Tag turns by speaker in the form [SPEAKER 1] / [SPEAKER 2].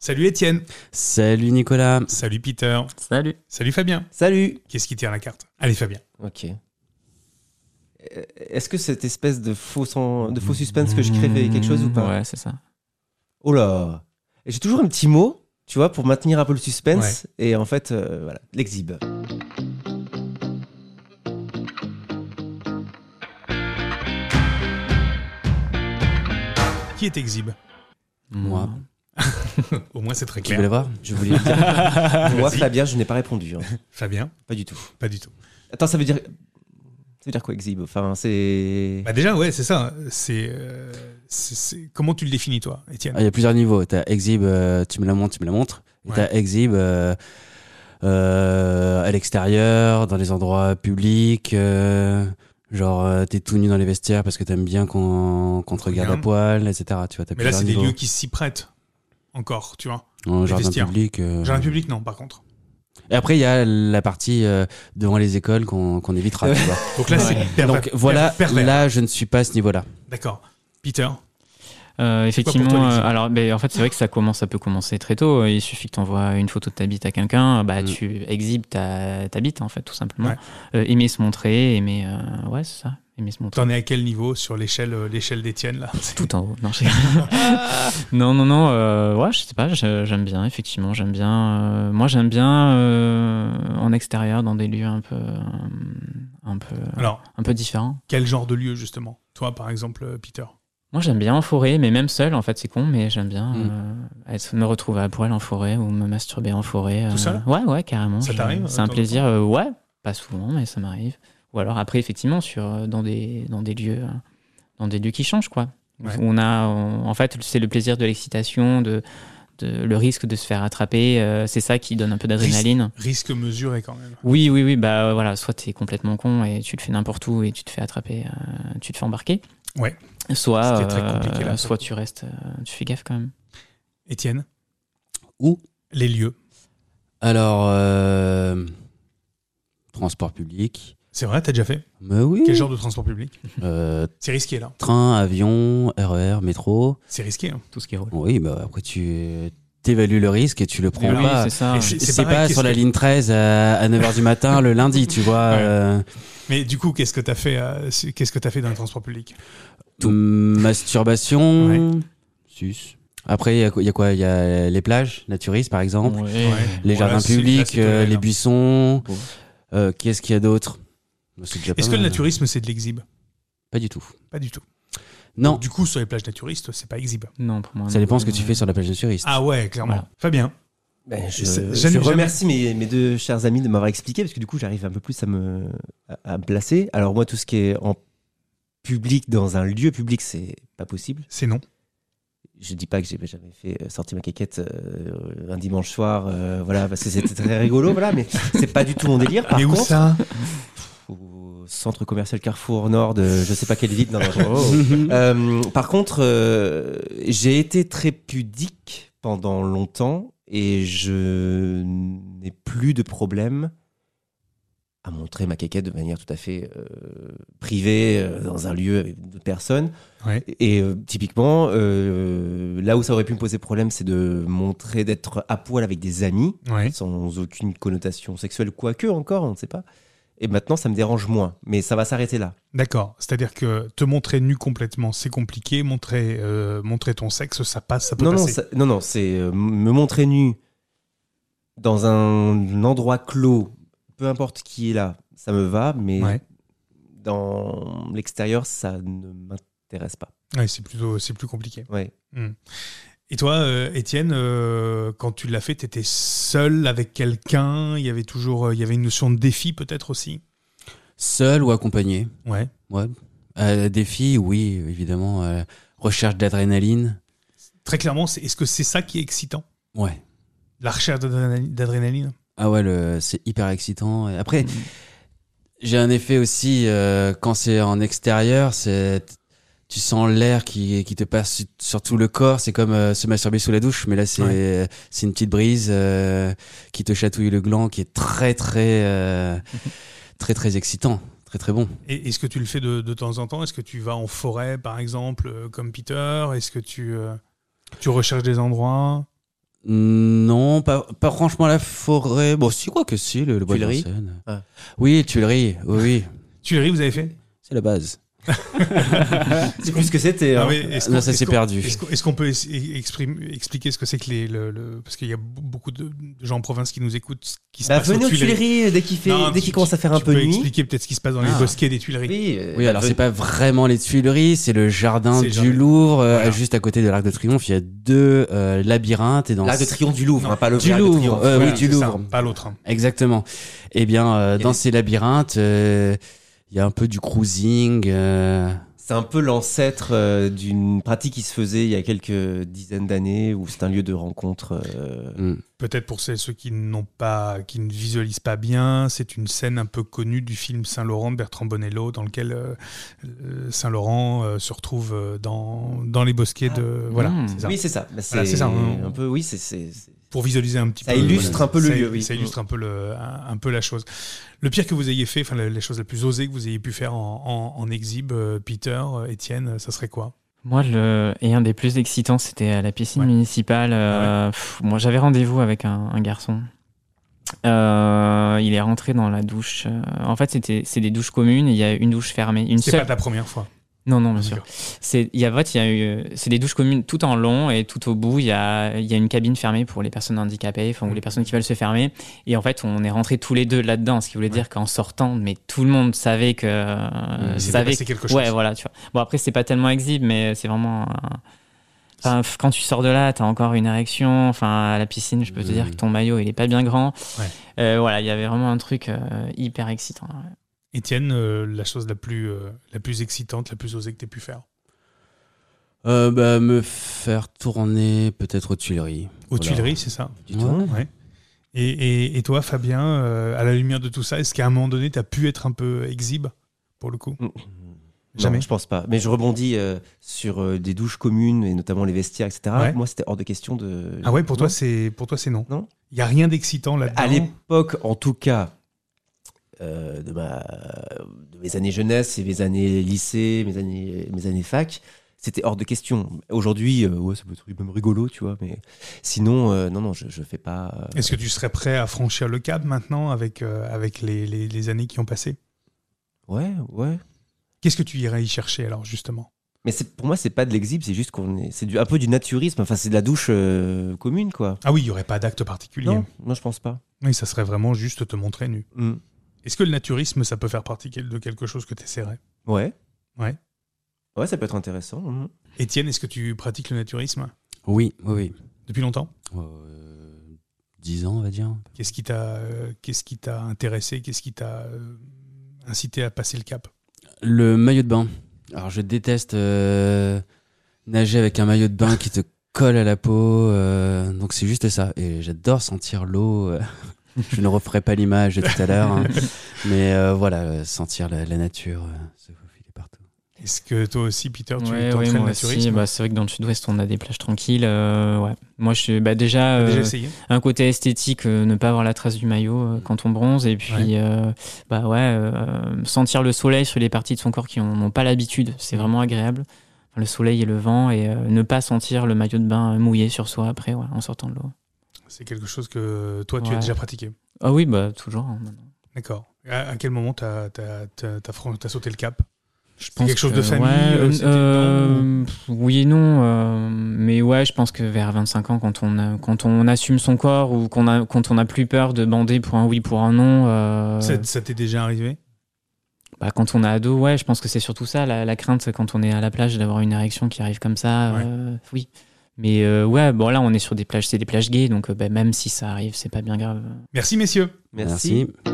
[SPEAKER 1] Salut Étienne.
[SPEAKER 2] Salut Nicolas.
[SPEAKER 1] Salut Peter.
[SPEAKER 3] Salut.
[SPEAKER 1] Salut Fabien.
[SPEAKER 4] Salut.
[SPEAKER 1] Qu'est-ce qui tire la carte Allez Fabien.
[SPEAKER 4] Ok. Euh, Est-ce que cette espèce de faux, sen- de faux suspense que je crée fait quelque chose ou pas
[SPEAKER 3] Ouais, c'est ça.
[SPEAKER 4] Oh là Et J'ai toujours un petit mot, tu vois, pour maintenir un peu le suspense. Et en fait, euh, voilà, l'exhibe.
[SPEAKER 1] Qui est Exib
[SPEAKER 4] Mmh.
[SPEAKER 2] Moi,
[SPEAKER 1] Au moins c'est très
[SPEAKER 2] tu
[SPEAKER 1] clair.
[SPEAKER 2] veux le voir Je voulais le dire.
[SPEAKER 4] Moi,
[SPEAKER 1] Ah, Vas-y.
[SPEAKER 4] Fabien, je n'ai pas répondu. hein.
[SPEAKER 1] Fabien
[SPEAKER 4] Pas du tout.
[SPEAKER 1] Pas du tout.
[SPEAKER 4] Attends, ça veut dire. Ça veut dire quoi, exhibe Enfin, c'est.
[SPEAKER 1] Bah déjà ouais c'est ça. C'est euh, c'est- c'est- comment tu le définis toi Étienne
[SPEAKER 2] Ah, Il y a plusieurs niveaux. T'as exhib, euh, tu me la montres, tu me la montres. Et
[SPEAKER 1] Ouais.
[SPEAKER 2] T'as exhib euh, euh, à l'extérieur, dans les endroits publics. euh, genre, euh, t'es tout nu dans les vestiaires parce que t'aimes bien qu'on qu'on te regarde à
[SPEAKER 1] Regarde.
[SPEAKER 2] poil, etc. Tu vois, t'as
[SPEAKER 1] Mais là
[SPEAKER 2] plusieurs
[SPEAKER 1] c'est des
[SPEAKER 2] niveaux.
[SPEAKER 1] lieux qui s'y prêtent encore tu vois.
[SPEAKER 2] En
[SPEAKER 1] les
[SPEAKER 2] jardin
[SPEAKER 1] vestiaires.
[SPEAKER 2] public. euh.
[SPEAKER 1] Jardin public non par contre.
[SPEAKER 2] Et après, il y a la partie euh, devant les écoles qu'on qu'on évitera. tu vois.
[SPEAKER 1] Donc là
[SPEAKER 3] Ouais.
[SPEAKER 1] c'est pervers.
[SPEAKER 2] Donc voilà,
[SPEAKER 1] Pervers.
[SPEAKER 2] là, je ne suis pas à ce niveau-là.
[SPEAKER 1] D'accord. Peter.
[SPEAKER 3] Euh,
[SPEAKER 1] quoi pour
[SPEAKER 3] effectivement,
[SPEAKER 1] toi, l'exemple
[SPEAKER 3] euh, alors ben, en fait c'est vrai que ça commence, ça peut commencer très tôt. Il suffit que tu envoies une photo de ta bite à quelqu'un, bah
[SPEAKER 2] Mm.
[SPEAKER 3] tu exhibes ta, ta bite en fait tout simplement.
[SPEAKER 1] Mmh. Ouais.
[SPEAKER 3] Euh, aimer se montrer, aimer, euh, ouais c'est ça, aimer se montrer.
[SPEAKER 1] T'en es à quel niveau sur l'échelle euh, l'échelle d'Étienne là C'est-
[SPEAKER 3] Tout en haut. Non, je- non, non, non, euh, ouais, je sais pas, je- j'aime bien, effectivement, j'aime bien. euh, moi, j'aime bien euh, en extérieur, dans des lieux un peu, euh, un peu,
[SPEAKER 1] Alors
[SPEAKER 3] un peu différents.
[SPEAKER 1] quel genre de lieu justement Toi par exemple euh, Peter.
[SPEAKER 3] Moi, j'aime bien en forêt, mais même seul, en fait, c'est con, mais j'aime bien
[SPEAKER 2] Mm.
[SPEAKER 3] euh, être- me retrouver à poil en forêt ou me masturber en forêt. euh,
[SPEAKER 1] seul
[SPEAKER 3] Ouais, ouais, carrément.
[SPEAKER 1] Ça
[SPEAKER 3] Je-
[SPEAKER 1] t'arrive,
[SPEAKER 3] C'est un
[SPEAKER 1] toi,
[SPEAKER 3] plaisir, euh, ouais, pas souvent, mais ça m'arrive. Ou alors après, effectivement, sur, euh, dans, des, dans, des lieux, euh, dans des lieux qui changent, quoi.
[SPEAKER 1] Ouais.
[SPEAKER 3] On a, on- en fait, c'est le plaisir de l'excitation, de, de- le risque de se faire attraper. euh, c'est ça qui donne un peu d'adrénaline.
[SPEAKER 1] Risque mesuré quand même.
[SPEAKER 3] Oui, oui, oui, bah euh, voilà, soit t'es complètement con et tu le fais n'importe où et tu te fais attraper, euh, tu te fais embarquer.
[SPEAKER 1] Ouais.
[SPEAKER 3] Soit,
[SPEAKER 1] C'était très
[SPEAKER 3] euh,
[SPEAKER 1] compliqué, là, pour
[SPEAKER 3] soit tu restes, euh, tu fais gaffe quand même.
[SPEAKER 1] Étienne.
[SPEAKER 2] Où
[SPEAKER 1] Les lieux.
[SPEAKER 2] Alors, euh, transport public.
[SPEAKER 1] C'est vrai t'as déjà fait
[SPEAKER 2] Mais oui.
[SPEAKER 1] Quel genre de transport public
[SPEAKER 2] Euh,
[SPEAKER 1] C'est risqué là.
[SPEAKER 2] train, avion, RER, métro.
[SPEAKER 1] C'est risqué. hein.
[SPEAKER 3] Tout ce qui roule.
[SPEAKER 2] Oui, bah après tu évalues le risque et tu le prends
[SPEAKER 3] oui,
[SPEAKER 2] pas.
[SPEAKER 3] c'est ça.
[SPEAKER 1] Et Eh c'est-
[SPEAKER 2] Ah, C'est
[SPEAKER 1] pareil,
[SPEAKER 2] pas
[SPEAKER 1] qu'est-ce
[SPEAKER 2] sur la
[SPEAKER 1] que-
[SPEAKER 2] ligne 13 à, 9h du matin le lundi, tu vois.
[SPEAKER 1] Ouais.
[SPEAKER 2] euh,
[SPEAKER 1] Mais du coup, qu'est-ce que t'as fait euh, c'est- Qu'est-ce que t'as fait dans le transport public
[SPEAKER 2] hum, masturbation. Sus. Après, il y a quoi- il y, a quoi Il y a les plages, naturistes par exemple,
[SPEAKER 3] Ouais.
[SPEAKER 2] Eh, les
[SPEAKER 1] Voilà,
[SPEAKER 2] jardins
[SPEAKER 1] c'est- là,
[SPEAKER 2] publics,
[SPEAKER 1] c'est
[SPEAKER 2] euh,
[SPEAKER 1] toléré,
[SPEAKER 2] les
[SPEAKER 1] hein.
[SPEAKER 2] buissons.
[SPEAKER 3] Bon.
[SPEAKER 2] Euh, Qu'est-ce qu'il y a d'autre C'est déjà pas
[SPEAKER 1] Est-ce que le
[SPEAKER 2] mal.
[SPEAKER 1] naturisme c'est de l'exhib
[SPEAKER 2] Pas du tout.
[SPEAKER 1] Pas du tout.
[SPEAKER 2] Non,
[SPEAKER 1] Donc, du coup, sur les plages naturistes, c'est pas exhib.
[SPEAKER 3] Non, pour moi.
[SPEAKER 2] ça
[SPEAKER 3] non.
[SPEAKER 2] dépend ce que tu fais sur la plage naturiste.
[SPEAKER 1] Ah ouais, clairement.
[SPEAKER 3] Voilà.
[SPEAKER 1] Fabien.
[SPEAKER 4] Ben, je,
[SPEAKER 1] C'est-
[SPEAKER 4] je
[SPEAKER 1] j'annule
[SPEAKER 4] remercie mes, mes deux chers amis de m'avoir expliqué parce que du coup j'arrive un peu plus à me, à, à me placer. Alors moi tout ce qui est en public dans un lieu public c'est pas possible.
[SPEAKER 1] C'est non.
[SPEAKER 4] Je dis pas que j'ai jamais fait euh, sortir ma caquette euh, un dimanche soir, euh, voilà parce que c'était très rigolo, voilà, mais c'est pas du tout mon délire. Par
[SPEAKER 1] Mais où
[SPEAKER 4] contre,
[SPEAKER 1] ça
[SPEAKER 4] au centre commercial Carrefour Nord, de je sais pas quelle ville. Non, non,
[SPEAKER 1] Oh.
[SPEAKER 4] je-
[SPEAKER 2] Mhm.
[SPEAKER 4] Euh, par contre, euh, j'ai été très pudique pendant longtemps et je n'ai plus de problème à montrer ma caquette de manière tout à fait euh, privée euh, dans un lieu avec d'autres personnes.
[SPEAKER 1] Ouais.
[SPEAKER 4] Et euh, typiquement, euh, là où ça aurait pu me poser problème, c'est de montrer d'être à poil avec des amis
[SPEAKER 1] Ouais.
[SPEAKER 4] sans aucune connotation sexuelle, quoique encore, on ne sait pas. Et maintenant, ça me dérange moins, mais ça va s'arrêter là.
[SPEAKER 1] D'accord. C'est-à-dire que te montrer nu complètement, c'est compliqué. Montrer, euh, montrer ton sexe, ça passe, ça peut
[SPEAKER 4] Non, non,
[SPEAKER 1] passer.
[SPEAKER 4] ça- non, non, c'est euh, m- me montrer nu dans un endroit clos, peu importe qui est là, ça me va, mais
[SPEAKER 1] Ouais.
[SPEAKER 4] dans l'extérieur, ça ne m'intéresse pas.
[SPEAKER 1] Ouais, c'est plutôt, c'est plus compliqué.
[SPEAKER 4] Ouais.
[SPEAKER 1] Et toi, euh, Étienne, euh, quand tu l'as fait, t'étais seul avec quelqu'un. Il y avait toujours, euh, il y avait une notion de défi peut-être aussi.
[SPEAKER 2] Seul ou accompagné
[SPEAKER 1] Ouais.
[SPEAKER 2] Euh, Des filles, oui, évidemment. euh, recherche d'adrénaline.
[SPEAKER 1] Très clairement, c'est- est-ce que c'est ça qui est excitant
[SPEAKER 2] Ouais.
[SPEAKER 1] La recherche d'adrénaline- d'adrénaline
[SPEAKER 2] Ah ouais, le- c'est hyper excitant. Et après,
[SPEAKER 3] Mm.
[SPEAKER 2] j'ai un effet aussi euh, quand c'est en extérieur, c'est tu sens l'air qui, qui te passe su- sur tout le corps. C'est comme euh, se masturber sous la douche, mais là c'est c'est une petite brise euh, qui te chatouille le gland, qui est très très euh, très très excitant, très très bon.
[SPEAKER 1] Et est-ce que tu le fais de, de temps en temps Est-ce que tu vas en forêt, par exemple, euh, comme Peter Est-ce que tu, euh, tu recherches des endroits
[SPEAKER 2] Non, pas, pas franchement la forêt. Bon, si, quoi que si, le, le bois de
[SPEAKER 4] Tuileries
[SPEAKER 2] Vincennes.
[SPEAKER 4] Ah.
[SPEAKER 2] Oui, Tuileries, oui, oui.
[SPEAKER 1] Tuileries, vous avez fait
[SPEAKER 2] C'est la base.
[SPEAKER 4] C'est plus ce que c'était.
[SPEAKER 1] Non,
[SPEAKER 4] hein.
[SPEAKER 1] mais est-ce
[SPEAKER 2] Non,
[SPEAKER 1] qu'on-
[SPEAKER 2] ça
[SPEAKER 1] est-ce
[SPEAKER 2] s'est
[SPEAKER 1] qu'on-
[SPEAKER 2] perdu.
[SPEAKER 1] Est-ce qu'on- est-ce qu'on peut es- exprimer- expliquer ce que c'est que les, le, le- parce qu'il y a beaucoup de de gens en province qui nous écoutent, qui se
[SPEAKER 4] Bah,
[SPEAKER 1] passent aux
[SPEAKER 4] venez aux
[SPEAKER 1] Tuileries.
[SPEAKER 4] Tuileries dès qu'il fait,
[SPEAKER 1] Non,
[SPEAKER 4] dès
[SPEAKER 1] tu-
[SPEAKER 4] qu'il commence à faire un
[SPEAKER 1] tu
[SPEAKER 4] peu
[SPEAKER 1] peux
[SPEAKER 4] nuit.
[SPEAKER 1] expliquer peut-être ce qui se passe dans les
[SPEAKER 2] Ah.
[SPEAKER 1] bosquets des Tuileries.
[SPEAKER 4] Oui, euh,
[SPEAKER 2] Oui, alors
[SPEAKER 4] bah,
[SPEAKER 2] c'est pas vraiment les Tuileries, c'est le jardin
[SPEAKER 1] C'est le
[SPEAKER 2] du
[SPEAKER 1] jardin.
[SPEAKER 2] Louvre, euh,
[SPEAKER 1] Voilà.
[SPEAKER 2] juste à côté de l'Arc de Triomphe. Il y a deux euh, labyrinthes et dans
[SPEAKER 4] L'Arc de Triomphe du Louvre,
[SPEAKER 1] Non,
[SPEAKER 4] hein, pas le
[SPEAKER 2] du
[SPEAKER 4] vrai Arc de
[SPEAKER 2] Louvre,
[SPEAKER 4] Triomphe.
[SPEAKER 2] euh,
[SPEAKER 1] Voilà,
[SPEAKER 2] oui, du
[SPEAKER 1] c'est ça,
[SPEAKER 2] Louvre.
[SPEAKER 1] pas l'autre. hein.
[SPEAKER 2] Exactement. Eh bien, euh,
[SPEAKER 4] y a
[SPEAKER 2] dans
[SPEAKER 4] des-
[SPEAKER 2] ces labyrinthes, euh, il y a un peu du cruising. euh,
[SPEAKER 4] C'est un peu l'ancêtre euh, d'une pratique qui se faisait il y a quelques dizaines d'années où c'est un lieu de rencontre. euh,
[SPEAKER 2] hmm.
[SPEAKER 1] Peut-être pour celles- ceux qui n'ont pas, qui ne visualisent pas bien, c'est une scène un peu connue du film Saint-Laurent de Bertrand Bonello, dans lequel euh, euh, Saint-Laurent euh, se retrouve euh, dans, dans les bosquets de. Voilà,
[SPEAKER 3] Mm.
[SPEAKER 1] c'est ça.
[SPEAKER 4] Ah. Oui, c'est ça. Bah, c'est
[SPEAKER 1] Voilà, c'est ça, on-
[SPEAKER 4] Un peu, oui, c'est. c'est- c'est-
[SPEAKER 1] Pour visualiser un petit
[SPEAKER 4] Ça
[SPEAKER 1] peu.
[SPEAKER 4] illustre un peu le
[SPEAKER 1] ça-
[SPEAKER 4] lieu, oui.
[SPEAKER 1] Ça illustre un peu, le, un, un peu la chose. Le pire que vous ayez fait, enfin, la, la chose la plus osée que vous ayez pu faire en, en, en exhib, euh, Peter, euh, Étienne, ça serait quoi
[SPEAKER 3] Moi, le... et un des plus excitants, c'était à la piscine
[SPEAKER 1] Ouais. Ah
[SPEAKER 3] municipale. euh, pff, moi, j'avais rendez-vous avec un, un garçon. Euh, il est rentré dans la douche. euh, En fait, c'était c'est des douches communes. et Il y a une douche fermée, une
[SPEAKER 1] C'est pas
[SPEAKER 3] seule.
[SPEAKER 1] ta première fois.
[SPEAKER 3] Non, non, bien sûr.
[SPEAKER 1] Ah, D'accord.
[SPEAKER 3] C'est il y a en fait, il y a eu- c'est des douches communes tout en long et tout au bout. Il y a il y a une cabine fermée pour les personnes handicapées,
[SPEAKER 1] Mm.
[SPEAKER 3] enfin ou les personnes qui veulent se fermer. Et en fait, on est rentrés tous les deux là-dedans, ce qui voulait dire qu'en sortant, mais tout le monde savait que euh,
[SPEAKER 1] Mm, Il s'était
[SPEAKER 3] savait
[SPEAKER 1] passé quelque chose.
[SPEAKER 3] Ouais, voilà, tu vois. Bon, après, c'est pas tellement exhibe, mais c'est vraiment. un- Enfin, f- quand tu sors de là, t'as encore une érection. Enfin, à la piscine, je peux te
[SPEAKER 2] Mm.
[SPEAKER 3] dire que ton maillot, il est pas bien grand.
[SPEAKER 1] Ouais.
[SPEAKER 3] Euh, voilà, il y avait vraiment un truc euh, hyper excitant. ouais.
[SPEAKER 1] Étienne, euh, la chose la plus, euh, la plus excitante, la plus osée que tu as pu faire
[SPEAKER 2] euh, bah, me faire tourner peut-être aux Tuileries.
[SPEAKER 1] Aux
[SPEAKER 2] Voilà.
[SPEAKER 1] Tuileries, c'est ça
[SPEAKER 2] Ouais.
[SPEAKER 4] Mmh.
[SPEAKER 1] Ouais. Et, et- et toi, Fabien, euh, à la lumière de tout ça, est-ce qu'à un moment donné, tu as pu être un peu exhibe, pour le coup
[SPEAKER 4] Non,
[SPEAKER 1] Jamais.
[SPEAKER 4] Mmh. je pense pas. Mais je rebondis euh, sur euh, des douches communes et notamment les vestiaires, etc.
[SPEAKER 1] Ouais.
[SPEAKER 4] Moi, c'était hors de question de.
[SPEAKER 1] Ah ouais, pour toi,
[SPEAKER 4] Non.
[SPEAKER 1] c'est pour toi c'est non.
[SPEAKER 4] Non.
[SPEAKER 1] Il n'y a rien d'excitant là-dedans.
[SPEAKER 4] À l'époque, en tout cas, euh, de, ma, de mes années jeunesse et mes années lycée, mes années, mes années fac, c'était hors de question. Aujourd'hui, euh, ouais, ça peut être même rigolo, tu vois. Mais sinon, euh, non, non, je, je fais pas. euh,
[SPEAKER 1] Est-ce que tu serais prêt à franchir le cap maintenant avec, euh, avec les, les- les années qui ont passé
[SPEAKER 4] Ouais, ouais.
[SPEAKER 1] Qu'est-ce que tu irais y chercher alors, justement
[SPEAKER 4] Mais c'est- pour moi, c'est pas de l'exhibe, c'est juste qu'on est. C'est du- un peu du naturisme. Enfin, c'est de la douche euh, commune, quoi.
[SPEAKER 1] Ah oui, il n'y aurait pas d'acte particulier.
[SPEAKER 4] Non, non, je pense pas.
[SPEAKER 1] Oui, ça serait vraiment juste te montrer nu.
[SPEAKER 4] Hmm.
[SPEAKER 1] Est-ce que le naturisme, ça peut faire partie quel- de quelque chose que tu essaierais
[SPEAKER 4] Ouais.
[SPEAKER 1] Ouais.
[SPEAKER 4] Ouais, ça peut être intéressant. mhm.
[SPEAKER 1] Étienne, est-ce que tu pratiques le naturisme
[SPEAKER 2] Oui, oui, oui.
[SPEAKER 1] depuis longtemps
[SPEAKER 2] Euh, 10 ans, on va dire.
[SPEAKER 1] Qu'est-ce qui t'a euh, qu'est-ce qui t'a intéressé Qu'est-ce qui t'a euh, incité à passer le cap
[SPEAKER 2] Le maillot de bain. Alors, je déteste euh, nager avec un maillot de bain qui te colle à la peau. euh, donc, c'est juste ça. Et j'adore sentir l'eau. euh, je ne referai pas l'image de tout à l'heure. hein. Mais euh, voilà, euh, sentir la, la nature euh, se faufiler partout.
[SPEAKER 1] Est-ce que toi aussi, Peter, tu
[SPEAKER 3] Ouais, ouais,
[SPEAKER 1] t'entraînes hein. le
[SPEAKER 3] moi aussi.
[SPEAKER 1] naturisme
[SPEAKER 3] Bah, c'est vrai que dans le sud-ouest, on a des plages tranquilles. euh, ouais. Moi, je suis bah, déjà,
[SPEAKER 1] T'as déjà
[SPEAKER 3] euh,
[SPEAKER 1] essayé
[SPEAKER 3] un côté esthétique, euh, ne pas avoir la trace du maillot euh, quand on bronze, et puis
[SPEAKER 1] Ouais.
[SPEAKER 3] euh, bah ouais, euh, sentir le soleil sur les parties de son corps qui en- n'ont pas l'habitude, c'est vraiment agréable. Enfin, Le soleil et le vent, et euh, ne pas sentir le maillot de bain euh, mouillé sur soi après, ouais, en sortant de l'eau.
[SPEAKER 1] C'est quelque chose que toi, tu as
[SPEAKER 3] Ouais.
[SPEAKER 1] déjà pratiqué.
[SPEAKER 3] Ah oui, bah toujours. hein.
[SPEAKER 1] D'accord. À, à quel moment t'as t'as- t'as- t'as fran- t'as sauté le cap
[SPEAKER 3] Je
[SPEAKER 1] quelque chose de famille,
[SPEAKER 3] ouais,
[SPEAKER 1] euh,
[SPEAKER 3] euh,
[SPEAKER 1] c'était
[SPEAKER 3] euh, pff, Oui et non, euh, mais ouais, je pense que vers 25 ans, quand on, a- quand on assume son corps ou qu'on a, quand on a plus peur de bander pour un oui, pour un non. euh,
[SPEAKER 1] Ça, ça t'est déjà arrivé
[SPEAKER 3] Bah, quand on est ado, ouais, je pense que c'est surtout ça, la, la crainte quand on est à la plage d'avoir une érection qui arrive comme ça.
[SPEAKER 1] Ouais.
[SPEAKER 3] euh, oui. Mais euh, ouais, bon là, on est sur des plages, c'est des plages gays, donc euh, bah, même si ça arrive, c'est pas bien grave.
[SPEAKER 1] Merci, messieurs.
[SPEAKER 4] Merci.
[SPEAKER 2] Merci.